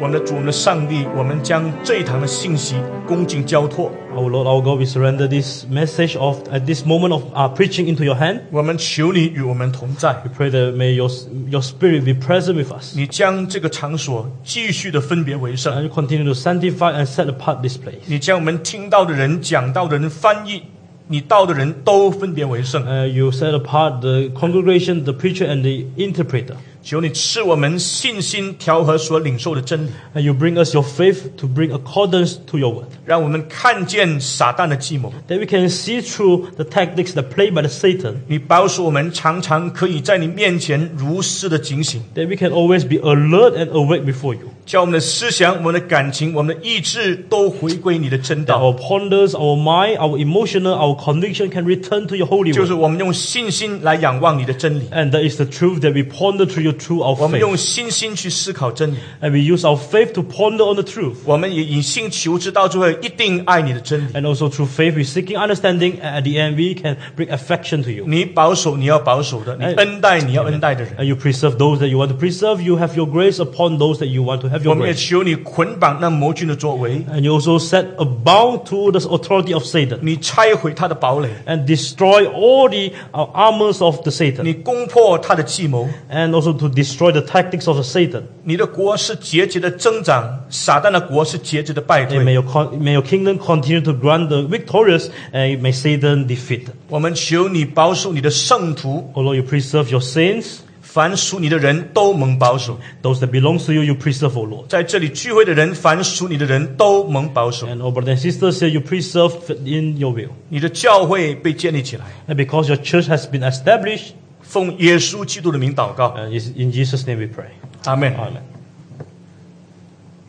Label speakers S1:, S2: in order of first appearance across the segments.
S1: 我们的主，我们的上帝，我们将这一堂的信息恭敬交托。
S2: Our Oh, Lord, our God, we surrender this message of at this moment of our preaching into your hand.
S1: 我们求你与我们同在，
S2: We pray that may your your spirit be present with us
S1: 你将这个场所继续的分别为圣，
S2: and you continue to sanctify and set apart this place.
S1: 你将我们听到的人、讲到的人、翻译你道的人都分别为圣。
S2: Uh, you set apart the congregation, the preacher, and the interpreter.
S1: 求你赐我们信心调和所领受的真理，
S2: And you bring us your faith to bring accordance to your word.
S1: 让我们看见撒旦的计谋。
S2: That we can see through the tactics that played by the Satan.
S1: 你保守我们常常可以在你面前如诗的警醒，
S2: That we can always be alert and awake before you.
S1: 叫我们的思想、我们的感情、我们的意志都回归你的真
S2: That
S1: 道。
S2: our ponders, our mind, our emotional, our conviction can return to your holy
S1: 就
S2: word.
S1: 是我们用信心来仰望你的真理，
S2: And that is the truth that we ponder through you through our
S1: 我们用
S2: faith.
S1: 信心去思考真理，
S2: And we use our faith to ponder on the truth.
S1: 我们也以信求知，到最后一定爱你的真理。
S2: And also through faith, we're seeking understanding. And at the end, we can bring affection to you.
S1: 你保守你要保守的，你
S2: 哎
S1: 恩待你要恩待的人。
S2: And you preserve those that you want to preserve. You have your grace upon those that you want to have
S1: 我
S2: your
S1: 们也
S2: grace.
S1: 求你捆绑那魔君的作为，
S2: And you also set a bound to the authority of Satan
S1: 你拆毁他的堡垒，
S2: and destroy all the uh, armors of the Satan
S1: 你攻破他的计谋。
S2: and also to destroy the tactics of the Satan.
S1: 你的国是节节的增长，撒旦的国是节节的败
S2: And may
S1: 退。
S2: your, con- may your kingdom continue to grant the victorious and may Satan defeat.
S1: 我们求你保守你的圣徒，
S2: O Lord, you preserve your saints.
S1: 凡属你的人都蒙保守。
S2: Those that belongs to you, you preserve, O Lord.
S1: 在这里聚会的人，凡属你的人都蒙保守。
S2: And, O brothers and sisters, here you preserve in your will.
S1: 你的教会被建立起来。
S2: And because your church has been established,
S1: 奉耶稣基督的名祷告，
S2: uh, is- in Jesus' name we pray.
S1: 阿门。
S2: Amen.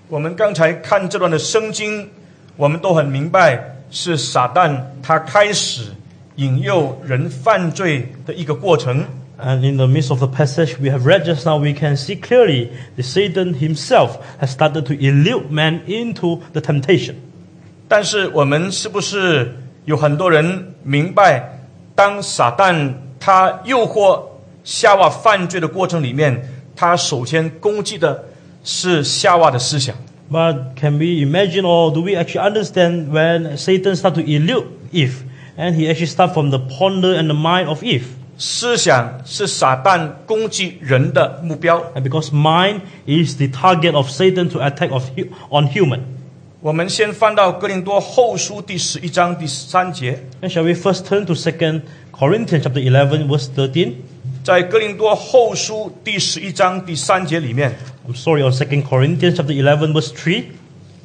S1: 我们刚才看这段的圣经，我们都很明白是撒旦他开始引诱人犯罪的一个过程。
S2: And in the midst of the passage we have read just now, we can see clearly that Satan himself has started to elude man into the temptation.
S1: 但是我们是不是有很多人明白，当撒旦他诱惑夏娃犯罪的过程里面，他首先攻击的是夏娃的思想。
S2: But can we imagine or do we actually understand when Satan started to elude Eve? And he actually started from the ponder and the mind of Eve.
S1: 思想是撒旦攻击人的目标。
S2: And because mind is the target of Satan to attack of hu- on human.
S1: 我们先翻到哥林多后书第十一章第三节，
S2: And shall we first turn to 2 Corinthians chapter 11 verse 13?
S1: 在哥林多后书第十一章第三节里面，
S2: I'm sorry, on 2 Corinthians chapter 11 verse 3.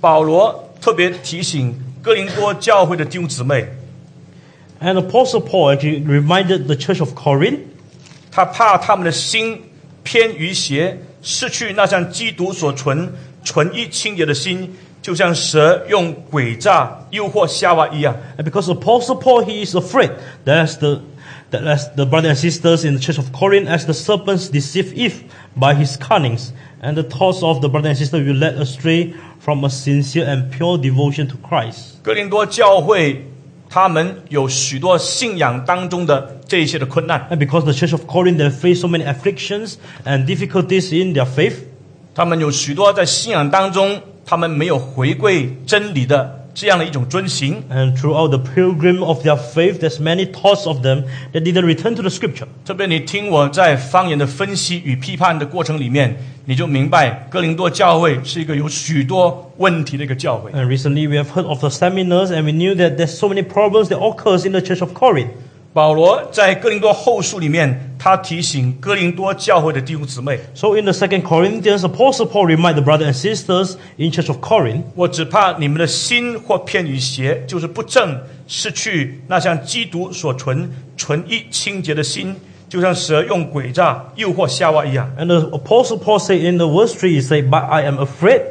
S1: 保罗特别提醒哥林多教会的弟兄姊妹，
S2: And Apostle Paul actually reminded the church of Corinth
S1: 他怕他们的心偏于邪，失去那像基督所存纯一清洁的心，就像蛇用诡诈诱惑夏娃一样。
S2: And because Apostle Paul he is afraid that as the that as the brothers and sisters in the church of Corinth, as the serpents deceived Eve by his cunnings, and the thoughts of the brothers and sisters will led astray from a sincere and pure devotion to Christ.
S1: 哥林多教会，他们有许多信仰当中的这一些的困难。
S2: And because the church of Corinth they face so many afflictions and difficulties in their faith,
S1: 他们有许多在信仰当中，他们没有回归真理的这样的一种遵行，
S2: and throughout the pilgrim of their faith, there's many thoughts of them that didn't return to the scripture.
S1: 特别你听我在方言的分析与批判的过程里面，你就明白哥林多教会是一个有许多问题的一个教会。
S2: And recently we have heard of the seminars and we knew that there's so many problems that occurs in the church of Corinth.
S1: 保罗在哥林多后书里面，他提醒哥林多教会的弟兄姊妹，
S2: So in the second Corinthians, Apostle Paul remind the brother and sisters in Church of Corinth
S1: 我只怕你们的心或偏于邪，就是不正，失去那像基督所存纯一清洁的心，就像蛇用诡诈诱惑夏娃一样。
S2: and the Apostle Paul say in the verse 3, he say, But I am afraid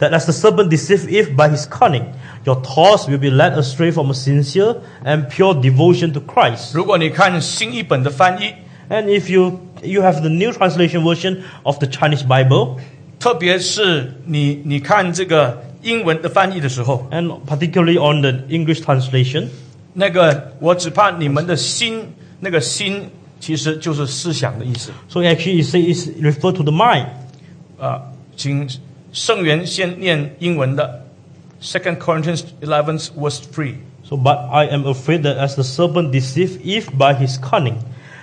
S2: that as the serpent deceived Eve by his cunning, your thoughts will be led astray from a sincere and pure devotion to Christ.
S1: 如果你看新译本的翻译，
S2: And if you you have the new translation version of the Chinese Bible,
S1: 特别是你你看这个英文的翻译的时候，
S2: and particularly on the English translation,
S1: 那个我只怕你们的心，那个心其实就是思想的意思
S2: so actually it say it's referred to the mind.
S1: 啊、请圣言先念英文的。Second Corinthians 11 verse 3.
S2: So, but I am afraid that as the serpent deceived Eve by his cunning,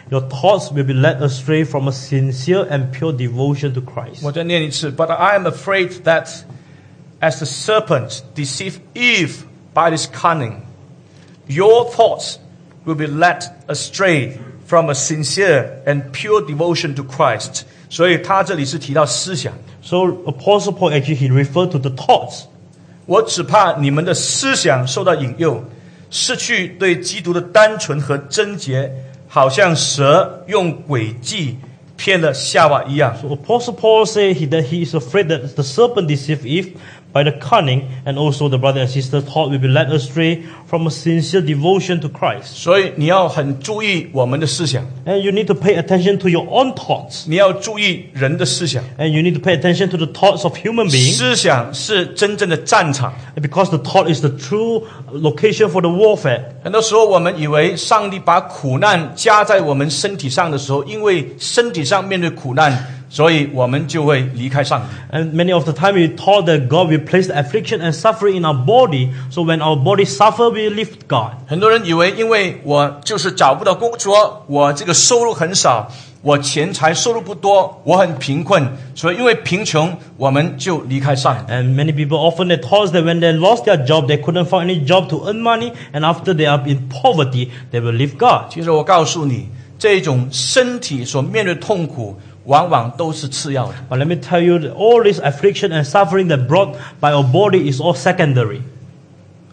S2: your thoughts will be led astray from a sincere and pure devotion to Christ.
S1: 我再念一次，But I am afraid that as the serpent deceived Eve by his cunning, your thoughts will be led astray from a sincere and pure devotion to Christ。所以他这里是提到思想，
S2: So, Apostle Paul actually he referred to the thoughts.
S1: 我只怕你们的思想受到引诱，失去对基督的单纯和贞洁，好像蛇用诡计骗了夏娃一样。
S2: So, Apostle Paul said he, that he is afraid that the serpent deceived Eve by the cunning, and also the brother and sister thought will be led astray from a sincere devotion to Christ.
S1: 所以你要很注意我们的思想，
S2: And you need to pay attention to your own thoughts,
S1: 你要注意人的思想。
S2: and you need to pay attention to the thoughts of human beings.
S1: 思想是真正的战场。
S2: Because the thought is the true location for the warfare.
S1: 很多时候，我们以为上帝把苦难加在我们身体上的时候，因为身体上面对苦难，所以我们就会离开上帝。
S2: And many of the time we thought that God will place the affliction and suffering in our body. So when our body suffer, we leave God.
S1: 很多人以为，因为我就是找不到工作，我这个收入很少，我钱财收入不多，我很贫困，所以因为贫穷，我们就离开上帝。
S2: And many people often they thought that when they lost their job, they couldn't find any job to earn money. And after they are in poverty, they will leave God.
S1: 其实我告诉你，这种身体所面对的痛苦，往往都是次要的。
S2: But let me tell you, that all this affliction and suffering that brought by our body is all secondary.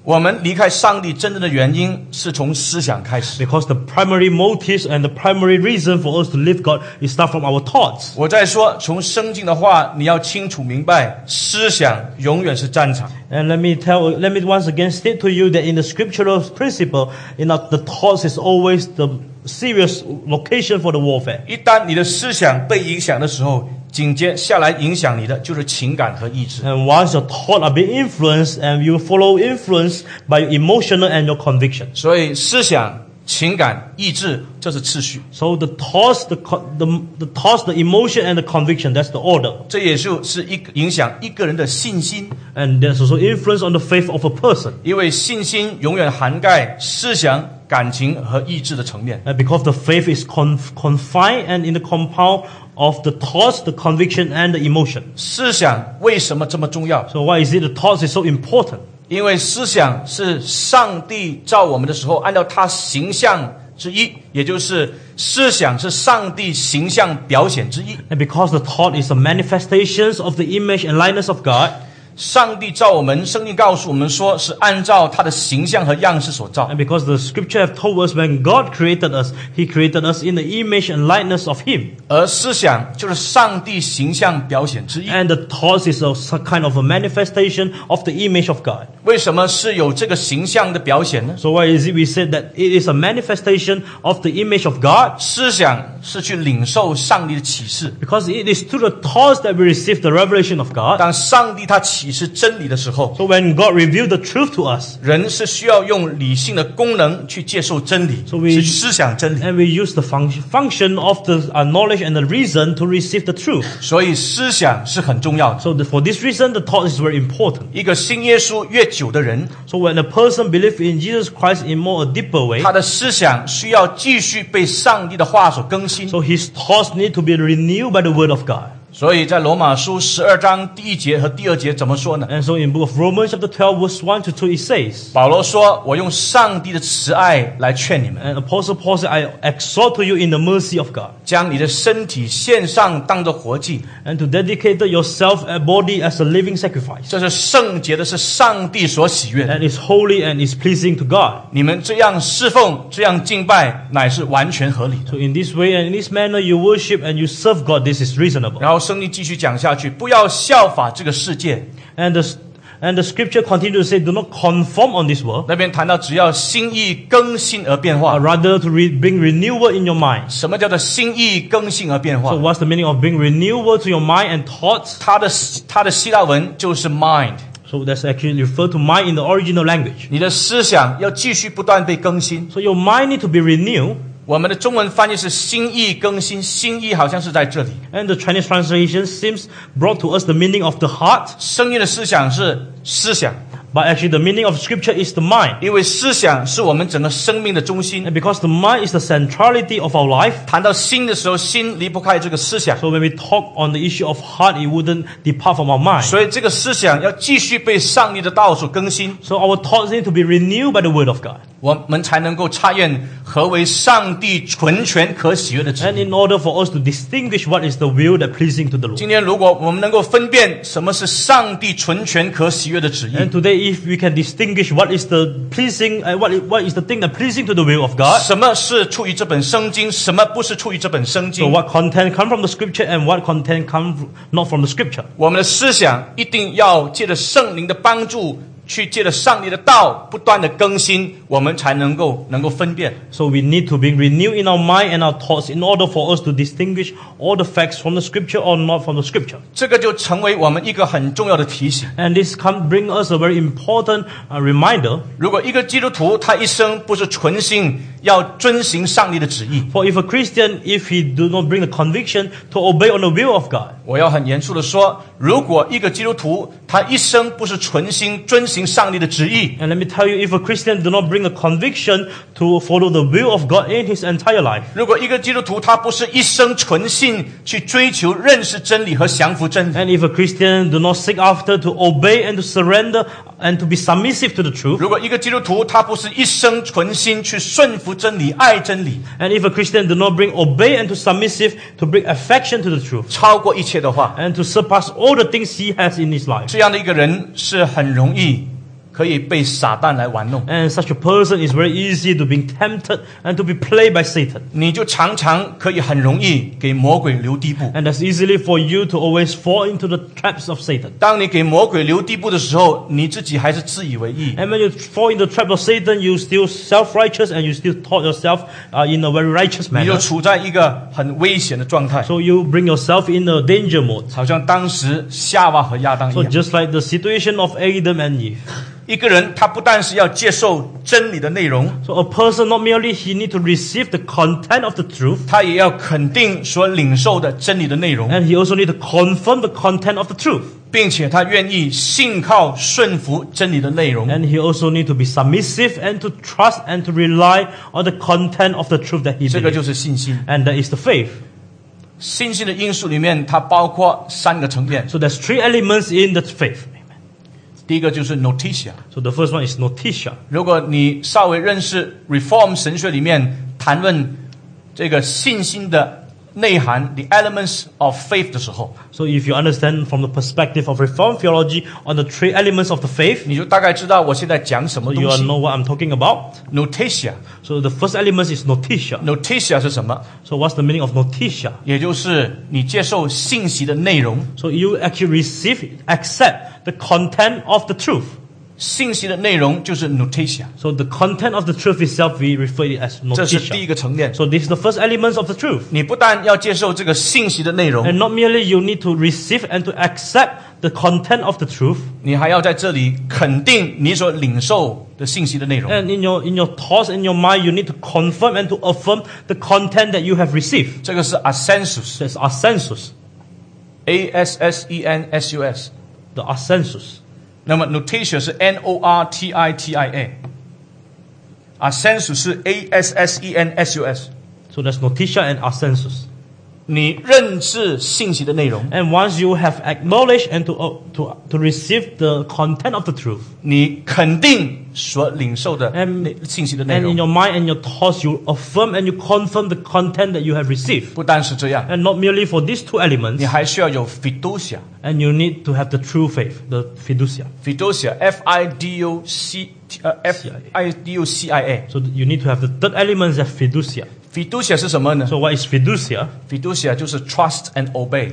S1: 我们离开上帝真正的原因是从思想开始。
S2: Because the primary motives and the primary reason for us to leave God is start from our thoughts.
S1: 我再说，从圣经的话，你要清楚明白，思想永远是战场。
S2: And let me tell, let me once again state to you that in the scriptural principle, in that the thoughts is always the serious location for the warfare.
S1: 一旦你的思想被影响的时候，紧接下来影响你的就是情感和意志。
S2: And once your thought are being influenced, and you follow influence by your emotional and your conviction.
S1: 所以，思想、情感、意志，这是次序，
S2: So the thoughts, the co- the, the thoughts, the emotion, and the conviction. That's the order,
S1: 这也就是一个影响一个人的信心，
S2: and there's also influence on the faith of a person.
S1: 因为信心永远涵盖思想、感情和意志的层面。
S2: And because the faith is conf- confined and in the compound of the thoughts, the conviction, and the emotion.
S1: 思想为什么这么重要？
S2: So why is it the thoughts is so important?
S1: 因为思想是上帝造我们的时候，按照他形象之一，也就是思想是上帝形象表显之一。
S2: And because the thought is the manifestations of the image and likeness of God,
S1: 上帝造我们，圣经告诉我们说是按照他的形象和样式所造。
S2: and because the scripture have told us when God created us, He created us in the image and likeness of Him.
S1: 而思想就是上帝形象表显之一。
S2: And the thought is a s- kind of a manifestation of the image of God.
S1: 为什么是有这个形象的表显呢？
S2: So why is it we said that it is a manifestation of the image of God?
S1: 思想是去领受上帝的启示。
S2: Because it is through the thoughts that we receive the revelation of God.
S1: 当上帝他启示真理的时候，
S2: So when God revealed the truth to us,
S1: 人是需要用理性的功能去接受真理，
S2: we-
S1: 去思想真理。
S2: and we use the function function of the uh, knowledge and the reason to receive the truth.
S1: 所以思想是很重要的。
S2: So the, for this reason, the thought is very important.
S1: 一个信耶稣越久的人，
S2: So when a person believes in Jesus Christ in more a deeper way,
S1: 他的思想需要继续被上帝的话所更新。
S2: so his thoughts need to be renewed by the word of God.
S1: 所以在罗马书十二章第一节和第二节怎么说呢？
S2: And so in book of Romans chapter 12 verse 1 to 2 it says,
S1: 保罗说：“我用上帝的慈爱来劝你们，
S2: and Apostle Paul said, I exhort to you in the mercy of God,
S1: 将你的身体献上，当作活祭，
S2: and to dedicate yourself and body as a living sacrifice.
S1: 这是圣洁的，是上帝所喜悦的。
S2: That is holy and is pleasing to God.
S1: 你们这样侍奉，这样敬拜，乃是完全合理的。”
S2: So in this way and in this manner you worship and you serve God, this is reasonable.
S1: 然后圣经继续讲下去，不要效法这个世界。
S2: And the and the scripture continues to say, do not conform on this world,
S1: 那边谈到，只要心意更新而变化
S2: but。rather to re- bring renewal in your mind.
S1: 什么叫做心意更新而变化
S2: So？what's the meaning of being renewal to your mind and thoughts?
S1: 它的它的希腊文就是 mind。
S2: So that's actually referred to mind in the original language.
S1: 你的思想要继续不断被更新。
S2: So your mind need to be renewed.
S1: 我我们的中文翻译是“心意更新”，心意好像是在这里。
S2: And the Chinese translation seems brought to us the meaning of the heart,
S1: 生命的思想是思想，
S2: but actually the meaning of scripture is the mind.
S1: 因为思想是我们整个生命的中心。
S2: And because the mind is the centrality of our life,
S1: 谈到心的时候，心离不开这个思想，
S2: so when we talk on the issue of heart, it wouldn't depart from our mind.
S1: 所以这个思想要继续被上帝的道所更新，
S2: So our thoughts need to be renewed by the word of God.
S1: 我们才能够查验何为上帝纯全可喜悦的旨意。
S2: And in order for us to distinguish what is the will that pleasing to the Lord.
S1: 今天，如果我们能够分辨什么是上帝纯全可喜悦的旨意，
S2: And today, if we can distinguish what is the pleasing, uh, what, i- what is the thing that pleasing to the will of God,
S1: 什么是出于这本圣经，什么不是出于这本圣
S2: so
S1: 经，
S2: what content come from the scripture and what content come fr- not from the scripture.
S1: 我们的思想一定要借着圣灵的帮助，去借着上帝的道不断的更新，我们才能够能够分辨。
S2: So we need to be renewed in our mind and our thoughts in order for us to distinguish all the facts from the scripture or not from the scripture.
S1: 这个就成为我们一个很重要的提醒。
S2: And this can bring us a very important uh, reminder.
S1: 如果一个基督徒他一生不是存心要遵行上帝的旨意，
S2: For if a Christian, if he do not bring the conviction to obey on the will of God,
S1: 我要很严肃的说，如果一个基督徒他一生不是存心遵行上帝的旨意，
S2: and let me tell you, if a Christian do not bring the conviction to follow the will of God in his entire life,
S1: 如果一个基督徒他不是一生存心去追求认识真理和降服真理，
S2: And if a Christian do not seek after to obey and to surrender and to be submissive to the truth,
S1: 如果一个基督徒他不是一生存心去顺服真理、爱真理，
S2: and if a Christian do not bring obey and to submissive to bring affection to the truth,
S1: 超过一切的话，
S2: and to surpass all the things he has in his life,
S1: 这样的一个人是很容易可以被撒旦来玩弄。
S2: and such a person is very easy to be tempted and to be played by Satan,
S1: 你就常常可以很容易给魔鬼留地步。
S2: and that's easily for you to always fall into the traps of Satan.
S1: 当你给魔鬼留地步的时候，你自己还是自以为意，
S2: And when you fall in the trap of Satan, you still self-righteous and you still thought yourself uh, in a very righteous
S1: 你就
S2: manner.
S1: 处在一个很危险的状态，
S2: So you bring yourself in a danger mode.
S1: 好像当时夏娃和亚当一
S2: So
S1: 样。
S2: just like the situation of Adam and Eve.
S1: 一个人他不但是要接受真理的内容，
S2: So a person not merely he need to receive the content of the truth,
S1: 他也要肯定所领受的真理的内容，
S2: and he also need to confirm the content of the truth,
S1: 并且他愿意信靠顺服真理的内容。
S2: and he also need to be submissive and to trust and to rely on the content of the truth that he
S1: 这个
S2: believes.
S1: 就是信心。
S2: And that is the faith.
S1: 信心的因素里面，它包括三个层面。
S2: So there's three elements in the faith.
S1: 第一个就是 noticia，
S2: So the first one is notitia.
S1: 如果你稍微认识 Reform 神学里面谈论这个信心的内涵 （the elements of faith） 的时候，
S2: So if you understand from the perspective of Reformed theology on the three elements of the faith,
S1: 你就大概知道我现在讲什么
S2: you
S1: 东
S2: all
S1: 西。
S2: know what I'm talking about.
S1: noticia，noticia
S2: So the first element is notitia.
S1: 是什么？
S2: So what's the meaning of notitia?
S1: 也就是你接受信息的内容，
S2: So you actually receive, accept the content of the truth.
S1: 信息的内容就是 noticia，
S2: So the content of the truth itself, we refer it as
S1: 这是第一
S2: notitia.
S1: 个层面。
S2: So this is the first elements of the truth.
S1: 你不但要接受这个信息的内容，
S2: And not merely you need to receive and to accept the content of the truth.
S1: 你还要在这里肯定你所领受的信息的内容。
S2: And in your, in your thoughts, in your mind, you need to confirm and to affirm the content that you have received.
S1: 这个是 ascensus，a
S2: That's our census.
S1: s s e n s u s。
S2: The our census.
S1: 那么 notitia 是 n o r t i t i a，啊，sensus 是 a s s e n s u s。
S2: So that's notitia and our census.
S1: 你认识信息的内容，
S2: And once you have acknowledged and to, uh, to, to receive the content of the truth,
S1: 你肯定所领受的
S2: And-
S1: 内信息的内
S2: And
S1: 容。
S2: in your mind and your thoughts, you affirm and you confirm the content that you have received.
S1: 不单是这样，
S2: And not merely for these two elements,
S1: 你还需要有 fiducia，fiducia
S2: and you need to have the true faith, the fiducia.
S1: f i d u c 呃 f i d u c i a。
S2: So you need to have the third element as fiducia.
S1: fiducia 是什么呢
S2: So what is fiducia?
S1: ？fiducia 就是 trust and obey，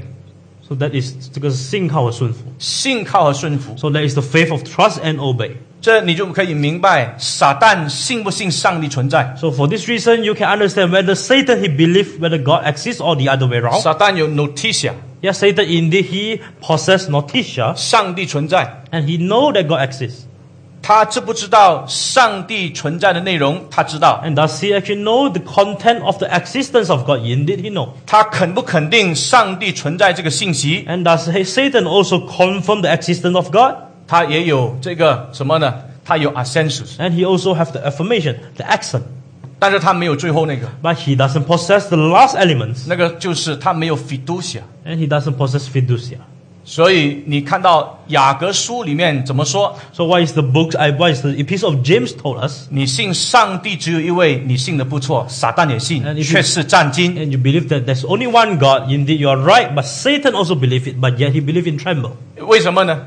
S2: So that is 这个信靠和顺服.
S1: 信靠和顺服。
S2: So that is the faith of trust and obey.
S1: 这你就可以明白撒旦信不信上帝存在。
S2: So for this reason, you can understand whether Satan he believes whether God exists or the other way around.
S1: 撒旦有 noticia，
S2: Yes, Satan indeed he possesses notitia
S1: 上帝存在，
S2: and he know that God exists.
S1: 他知不知道上帝存在的内容？他知道。
S2: And does he actually know the content of the existence of God? Indeed, he know.
S1: 他肯不肯定上帝存在这个信息？
S2: And does he- Satan also confirm the existence of God?
S1: 他也有这个什么呢？他有 ascensus，
S2: And he also have the affirmation, the accent.
S1: 但是他没有最后那个，
S2: But he doesn't possess the last elements.
S1: 那个就是他没有 fiducia。
S2: And he doesn't possess fiducia.
S1: 所以你看到雅各书里面怎么说？
S2: So why is the book, I, why is the epistle of James told us?
S1: 你信上帝只有一位，你信的不错，撒旦也信
S2: 嗯，你信
S1: 却是战惊。
S2: And you believe that there's only one God. Indeed, you are right. But Satan also believe it. But yet he believe in tremble.
S1: 为什么呢？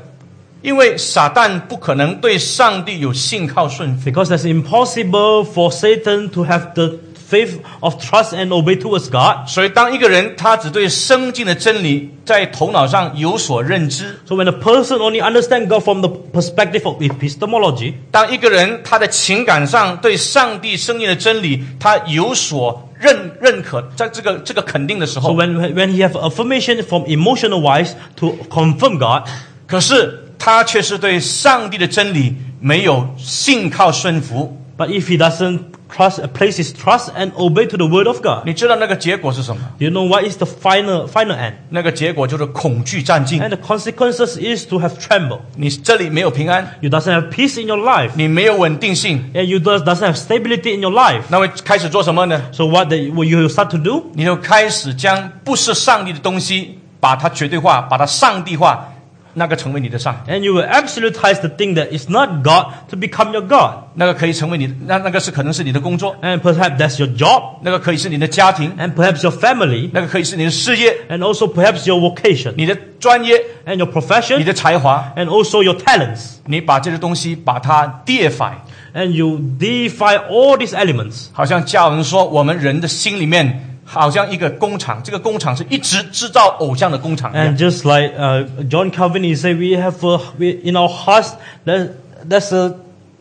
S1: 因为撒旦不可能对上帝有信靠顺服，
S2: Because that's impossible for Satan to have the faith of trust and obey towards God.
S1: 所以当一个人他只对圣经的真理在头脑上有所认知，
S2: So when a person only understand God from the perspective of epistemology,
S1: 当一个人他的情感上对上帝生命的真理他有所认认可，在这个这个肯定的时
S2: so
S1: 候，
S2: when when he have affirmation from emotional wise to confirm God,
S1: 可是他却是对上帝的真理没有信靠顺服，
S2: but if he doesn't trust place his trust and obey to the word of God,
S1: 你知道那个结果是什么？
S2: you know what is the final final end?
S1: 那个结果就是恐惧占尽，
S2: And the consequences is to have tremble.
S1: 你这里没有平安，
S2: You doesn't have peace in your life,
S1: 你没有稳定性，
S2: and you does doesn't have stability in your life.
S1: 那么开始做什么呢？
S2: So what the, what you start to do?
S1: 你就开始将不是上帝的东西，把它绝对化，把它上帝化，那个成为你的上帝，
S2: And you will absolutize the thing that is not God to become your God,
S1: 那个可以成为你的，那那个是可能是你的工作，
S2: and perhaps that's your job,
S1: 那个可以是你的家庭，
S2: and perhaps your family,
S1: 那个可以是你的事业、
S2: and also perhaps your vocation
S1: 你的专业、
S2: and your
S1: 你
S2: profession
S1: 的才华，
S2: and also your talents
S1: 你把这些东西把它 deify，
S2: and you defy all these elements
S1: 好像家人说，我们人的心里面好像一个工厂，这个工厂是一直制造偶像的工厂一样
S2: and。just like uh, john calvin he said we have a, we, in our hearts that, that's a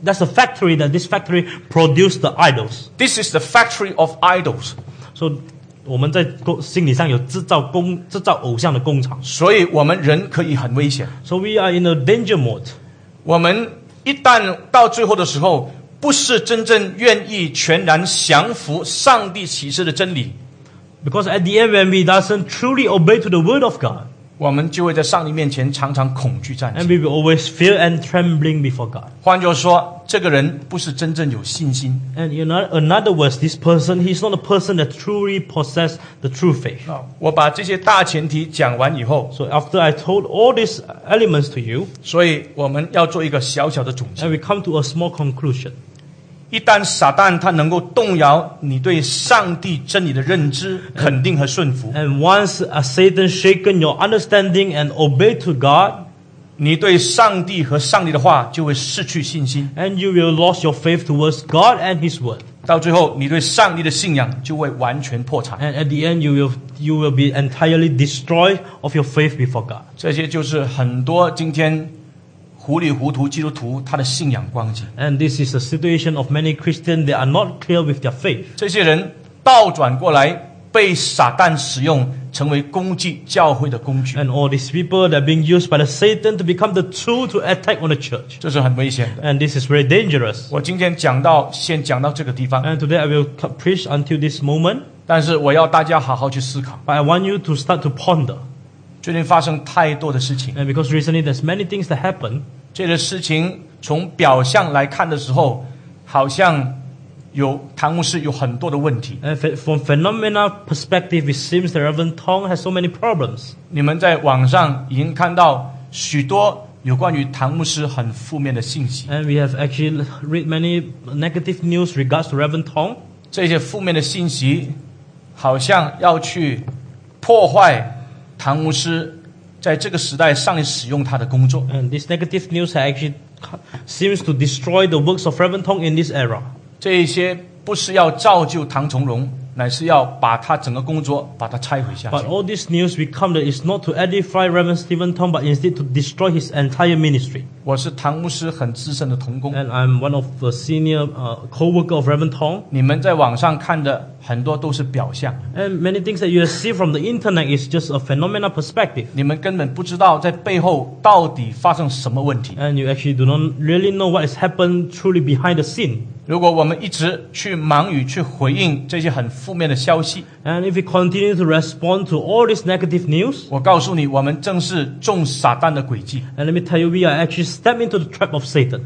S2: that's a factory that this factory produced the idols
S1: This is the factory of idols。
S2: so 我们在工心理上有制造工制造偶像的工厂
S1: 所以我们人可以很危险。
S2: ，so we are in a danger mode.
S1: 我们一旦到最后的时候，不是真正愿意全然降服上帝启示的真理，
S2: Because at the end, when we doesn't truly obey to the word of God,
S1: 我们就会在上帝面前常常恐惧战
S2: and
S1: 兢。
S2: we will always fear and trembling before God.
S1: 换句话说，这个人不是真正有信心
S2: And in o- another words, this person, he's not a person that truly possess the true faith.
S1: 啊！我把这些大前提讲完以后，
S2: So after I told all these elements to you,
S1: 所以我们要做一个小小的总结。
S2: and we come to a small conclusion.
S1: 一旦撒旦他能够动摇你对上帝真理的认知、肯定和顺服，
S2: And once uh, Satan shaken your understanding and obey to God,
S1: 你对上帝和上帝的话就会失去信心。
S2: and you will lose your faith towards God and His word.
S1: 到最后，你对上帝的信仰就会完全破产。
S2: And at the end, you will you will be entirely destroyed of your faith before God.
S1: 这些就是很多今天糊里糊涂基督徒他的信仰光景。
S2: And this is the situation of many Christians. They are not clear with their faith.
S1: 这些人倒转过来被撒旦使用，成为攻击教会的工具，
S2: And all these people that are being used by the Satan to become the tool to attack on the church.
S1: 这是很危险的。
S2: And this is very dangerous.
S1: 我今天讲到先讲到这个地方，
S2: And today I will c- preach until this moment,
S1: 但是我要大家好好去思考。
S2: but I want you to start to ponder.
S1: 最近发生太多的事情，
S2: And because recently there's many things that happen,
S1: 这些事情从表象来看的时候，好像有唐牧师有很多的问题。
S2: and ph- from phenomena perspective, it seems that Reverend Tong has so many problems.
S1: 你们在网上已经看到许多有关于唐牧师很负面的信息，
S2: And we have actually read many negative news regards to Reverend Tong.
S1: 这些负面的信息好像要去破坏唐牧师在这个时代上帝使用他的工作。
S2: And this negative news ha- actually co- seems to destroy the works of Reverend Tong in this era.
S1: 这一些不是要造就唐崇荣，乃是要把他整个工作把它拆毁下
S2: But
S1: 去。
S2: all this news become that it's not to edify Reverend Stephen Tong, but instead to destroy his entire ministry.
S1: 我是唐牧师很资深的童工，
S2: and I'm one of the senior uh, co-worker of Reverend Tong.
S1: 你们在网上看的很多都是表象，
S2: And many things that you see from the internet is just a phenomenal perspective,
S1: 你们根本不知道在背后到底发生什么问题。
S2: and you actually do not really know what has happened truly behind the scene.
S1: 如果我们一直去忙于去回应这些很负面的消息，
S2: And if we continue to respond to all this negative news,
S1: 我告诉你，我们正是中撒旦的诡计。
S2: and let me tell you, we are actually stepping into the trap of Satan.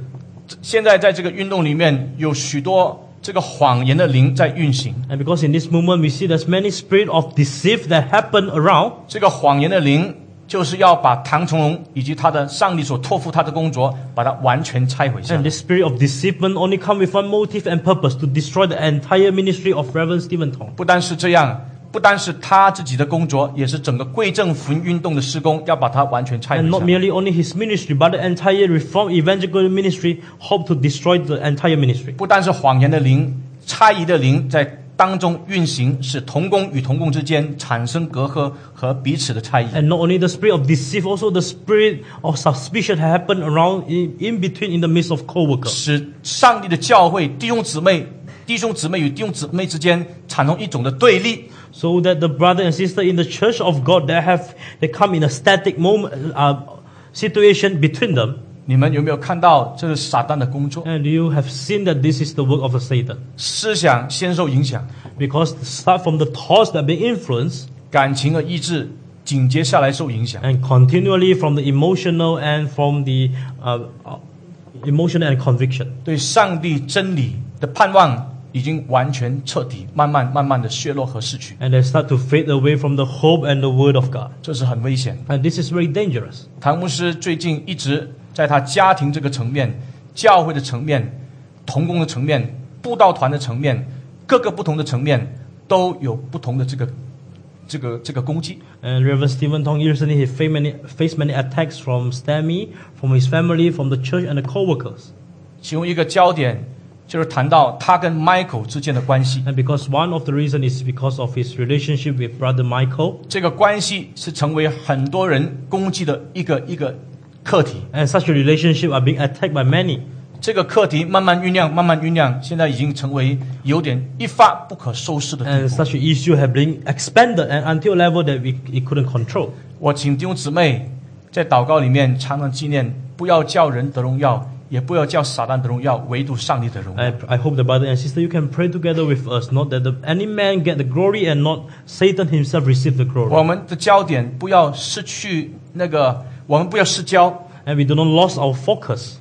S1: 现在在这个运动里面，有许多这个谎言的灵在运行。
S2: And because in this movement we see there's many spirit of deceit that happen around,
S1: 这个谎言的灵，就是要把唐崇荣以及他的上帝所托付他的工作，把它完全拆毁下来
S2: and。this spirit of deceitment only come with one motive and purpose to destroy the entire ministry of Reverend Stephen Tong.
S1: 不单是这样，不单是他自己的工作，也是整个贵政福音运动的施工，要把它完全拆毁
S2: And
S1: 下
S2: not
S1: 来。
S2: merely only his ministry, but the entire Reformed Evangelical Ministry hope to destroy the entire ministry.
S1: 不单是谎言的灵、猜疑的灵在当中运行，使同工与同工之间产生隔阂和彼此的猜疑。
S2: And not only the spirit of deceit, also the spirit of suspicion happen around in, in between in the midst of co-workers.
S1: 使上帝的教会弟兄姊妹、弟兄姊妹与弟兄姊妹之间产生一种的对立，
S2: so that the brother and sister in the church of God they have they come in a static moment uh, situation between them.
S1: 你们有没有看到这是撒旦的工作？
S2: And you have seen that this is the work of Satan
S1: 思想先受影响，
S2: because start from the thoughts that be influenced
S1: 感情和意志紧接下来受影响。
S2: and continually from the emotional and from the uh, uh, emotion and conviction.
S1: 对上帝真理的盼望已经完全彻底、慢慢、慢慢的削弱和失去，
S2: And they start to fade away from the hope and the word of God.
S1: 这是很危险的。
S2: And this is very dangerous.
S1: 唐牧师最近一直在他家庭这个层面、教会的层面、童工的层面、布道团的层面，各个不同的层面都有不同的这个、这个、这个攻击。
S2: And Reverend Stephen Tong recently he faced many, faced many attacks from STEMI, from his family, from the church and the co-workers.
S1: 其中一个焦点就是谈到他跟 Michael 之间的关系，
S2: And because one of the reason is because of his relationship with brother Michael.
S1: 这个关系是成为很多人攻击的一个一个课题。
S2: And such a relationship are being attacked by many.
S1: 这个课题慢慢酝酿，慢慢酝酿，现在已经成为有点一发不可收拾的地步。
S2: And such an issue have been expanded and until a level that we it couldn't control.
S1: 我请弟兄姊妹在祷告里面常常纪念，不要叫人得荣耀，也不要叫撒旦得荣耀，唯独上帝得荣耀。
S2: I, I hope the brother and sister you can pray together with us, not that the, any man get the glory and not Satan himself receive the glory.
S1: 我们的焦点不要失去那个，我们不要失焦。
S2: And we do not lose our focus.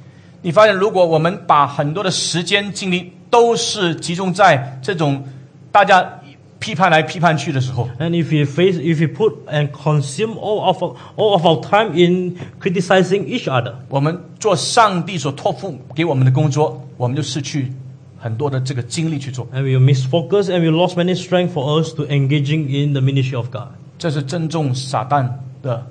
S1: 你发现，如果我们把很多的时间精力都是集中在这种大家批判来批判去的时候，
S2: And if we face, if we put and consume all of our, all of our time in criticizing each other,
S1: 我们做上帝所托付给我们的工作，我们就失去很多的这个精力去做。
S2: and we miss focus and we lost many strength for us to engaging in the ministry of God.
S1: 这是正中撒旦的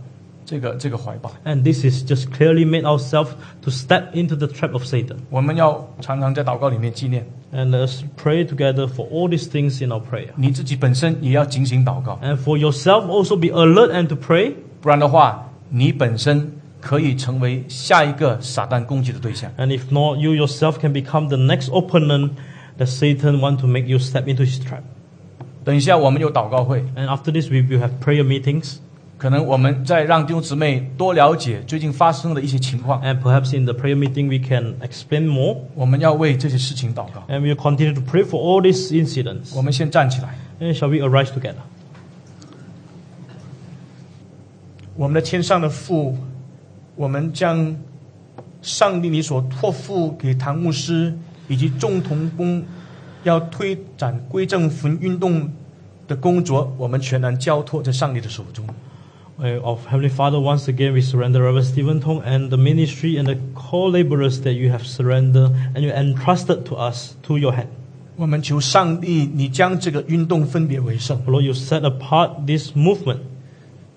S1: 这个这个怀抱。
S2: And this is just clearly made ourselves to step into the trap of Satan.
S1: 我们要常常在祷告里面纪念
S2: And let us pray together for all these things in our prayer.
S1: 你自己本身也要警醒祷告，
S2: And for yourself also be alert and to pray.
S1: 不然的话，你本身可以成为下一个撒旦攻击的对象。
S2: And if not, you yourself can become the next opponent that Satan want to make you step into his trap.
S1: 等一下我们有祷告会，
S2: And after this, we will have prayer meetings.
S1: 可能我们再让弟兄姊妹多了解最近发生的一些情况，
S2: And perhaps in the prayer meeting, we can explain more.
S1: 我们要为这些事情祷告。
S2: And we'll continue to pray for all these incidents.
S1: 我们先站起来，
S2: And shall we arise together?
S1: 我们的天上的父，我们将上帝你所托付给唐牧师以及众同工要推展归正福音运动的工作，我们全然交托在上帝的手中。
S2: Uh, of Heavenly Father, once again we surrender Reverend Stephen Tong and the ministry and the co-laborers that you have surrendered and you entrusted to us to your hand.
S1: 我们求上帝，你将这个运动分别为圣，
S2: Lord, you set apart this movement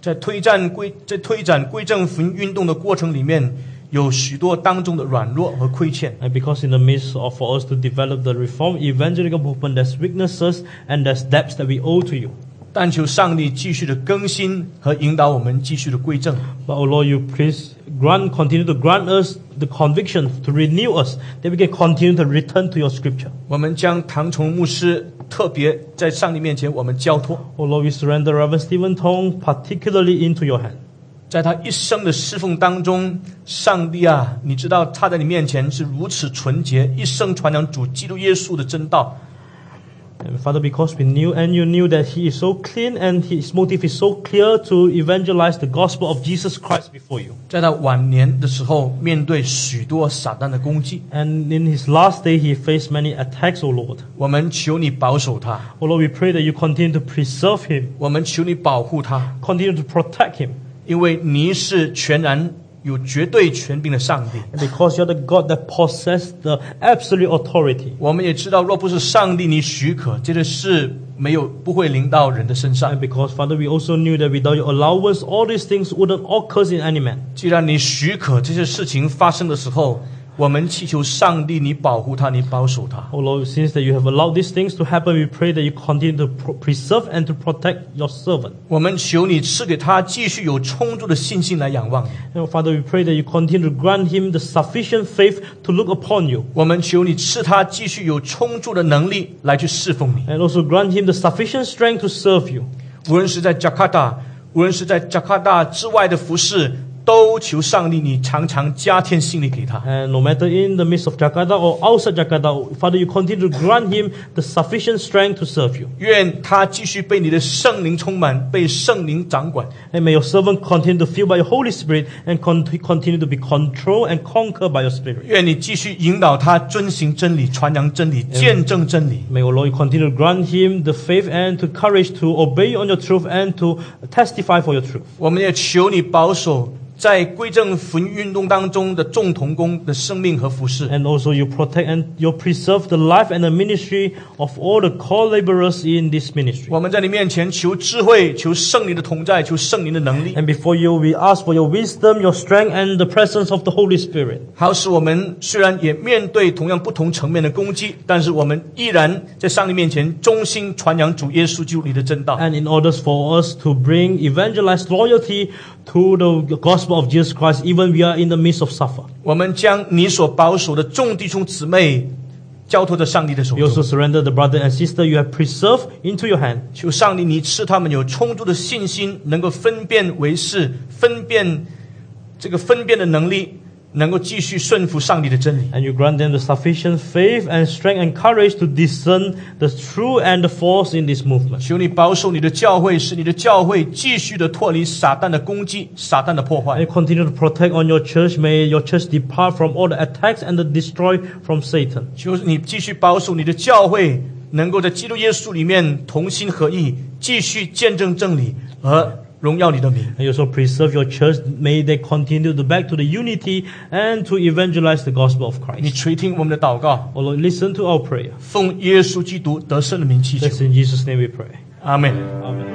S1: 在推展归在推展归正福音运动的过程里面，有许多当中的软弱和亏欠。
S2: and because in the midst of for us to develop the reform evangelical movement, there's weaknesses and there's debts that we owe to you.
S1: 但求上帝继续的更新和引导我们继续的归正。
S2: But, O Lord, you please grant, continue to grant us the conviction to renew us, that we can continue to return to your scripture.
S1: 我们将唐崇牧师特别在上帝面前我们交托，
S2: O Lord, we surrender Reverend Stephen Tong particularly into your hand.
S1: 在他一生的侍奉当中，上帝啊，你知道他在你面前是如此纯洁，一生传扬主基督耶稣的真道。
S2: And Father, because we knew and you knew that he is so clean and his motive is so clear to evangelize the gospel of Jesus Christ before you.
S1: 在他晚年的时候，面对许多撒旦的攻击，
S2: And in his last day, he faced many attacks, O Lord.
S1: 我们求你保守他，
S2: O Lord, we pray that you continue to preserve him,
S1: 我们求你保护他，
S2: continue to protect him.
S1: 因为你是全然有绝对权柄的上帝。
S2: And because you're the God that possesses the absolute authority.
S1: 我们也知道，若不是上帝你许可，这个事没有不会临到人的身
S2: And
S1: 上。
S2: because, Father, we also knew that without your allowance, all these things wouldn't occur in any man.
S1: 既然你许可这些事情发生的时候，我们祈求上帝你保护他，你保守他。
S2: O Oh, Lord, since that you have allowed these things to happen, we pray that you continue to pro- preserve and to protect your servant.
S1: 我们求你赐给他继续有充足的信心来仰望你。
S2: And oh, Father, we pray that you continue to grant him the sufficient faith to look upon you.
S1: 我们求你赐他继续有充足的能力来去侍奉你。
S2: And also grant him the sufficient strength to serve you.
S1: 无论是在 Jakarta，无论是在 Jakarta 之外的服饰，都求上帝你常常加添心力给他。
S2: And no matter in the midst of Jakarta or outside Jakarta, Father, you continue to grant him the sufficient strength to serve you.
S1: 愿他继续被你的圣灵充满，被圣灵掌管。
S2: And may your servant continue to feel by your Holy Spirit and con- continue to be controlled and conquered by your Spirit.
S1: 愿你继续引导他遵行真理，传扬真理，见证真理。
S2: May, O Lord, you continue to grant him the faith and the courage to obey you on your truth and to testify for your truth.
S1: 我们也求你保守在归正福音运动当中的众童工的生命和服饰。
S2: And also you protect and you preserve the life and the ministry of all the co-laborers in this ministry.
S1: 我们在你面前求智慧，求圣灵的同在，求圣灵的能力，
S2: And before you, we ask for your wisdom, your strength, and the presence of the Holy Spirit.
S1: 好使我们虽然也面对同样不同层面的攻击，但是我们依然在上帝面前忠心传扬主耶稣基督你的真道。
S2: and in order for us to bring evangelized loyalty to the gospel of Jesus Christ, even we are in the midst of suffer.
S1: 我们将你所保守的众弟兄姊妹交托在上帝的手
S2: We
S1: 中
S2: also。surrender the brother and sister you have preserved into your hand.
S1: 求上帝，你赐他们有充足的信心，能够分辨为是，分辨这个分辨的能力，能够继续顺服上帝的真理。
S2: And you grant them the sufficient faith and strength and courage to discern the true and the false in this movement.
S1: 求你保守你的教会，使你的教会继续的脱离撒旦的攻击、撒旦的破
S2: And
S1: 坏。
S2: you continue to protect on your church. May your church depart from all the attacks and the destroy from Satan.
S1: 求你继续保守你的教会，能够在基督耶稣里面同心合意，继续见证真理和荣耀你的名。
S2: And you also preserve your church. May they continue to back to the unity and to evangelize the gospel of
S1: 你
S2: Christ.
S1: 垂听我们的祷告，
S2: Oh Lord, listen to our prayer.
S1: 奉耶稣基督得胜的名祈求
S2: That's，in Jesus' name we pray.
S1: 阿门。
S2: Amen.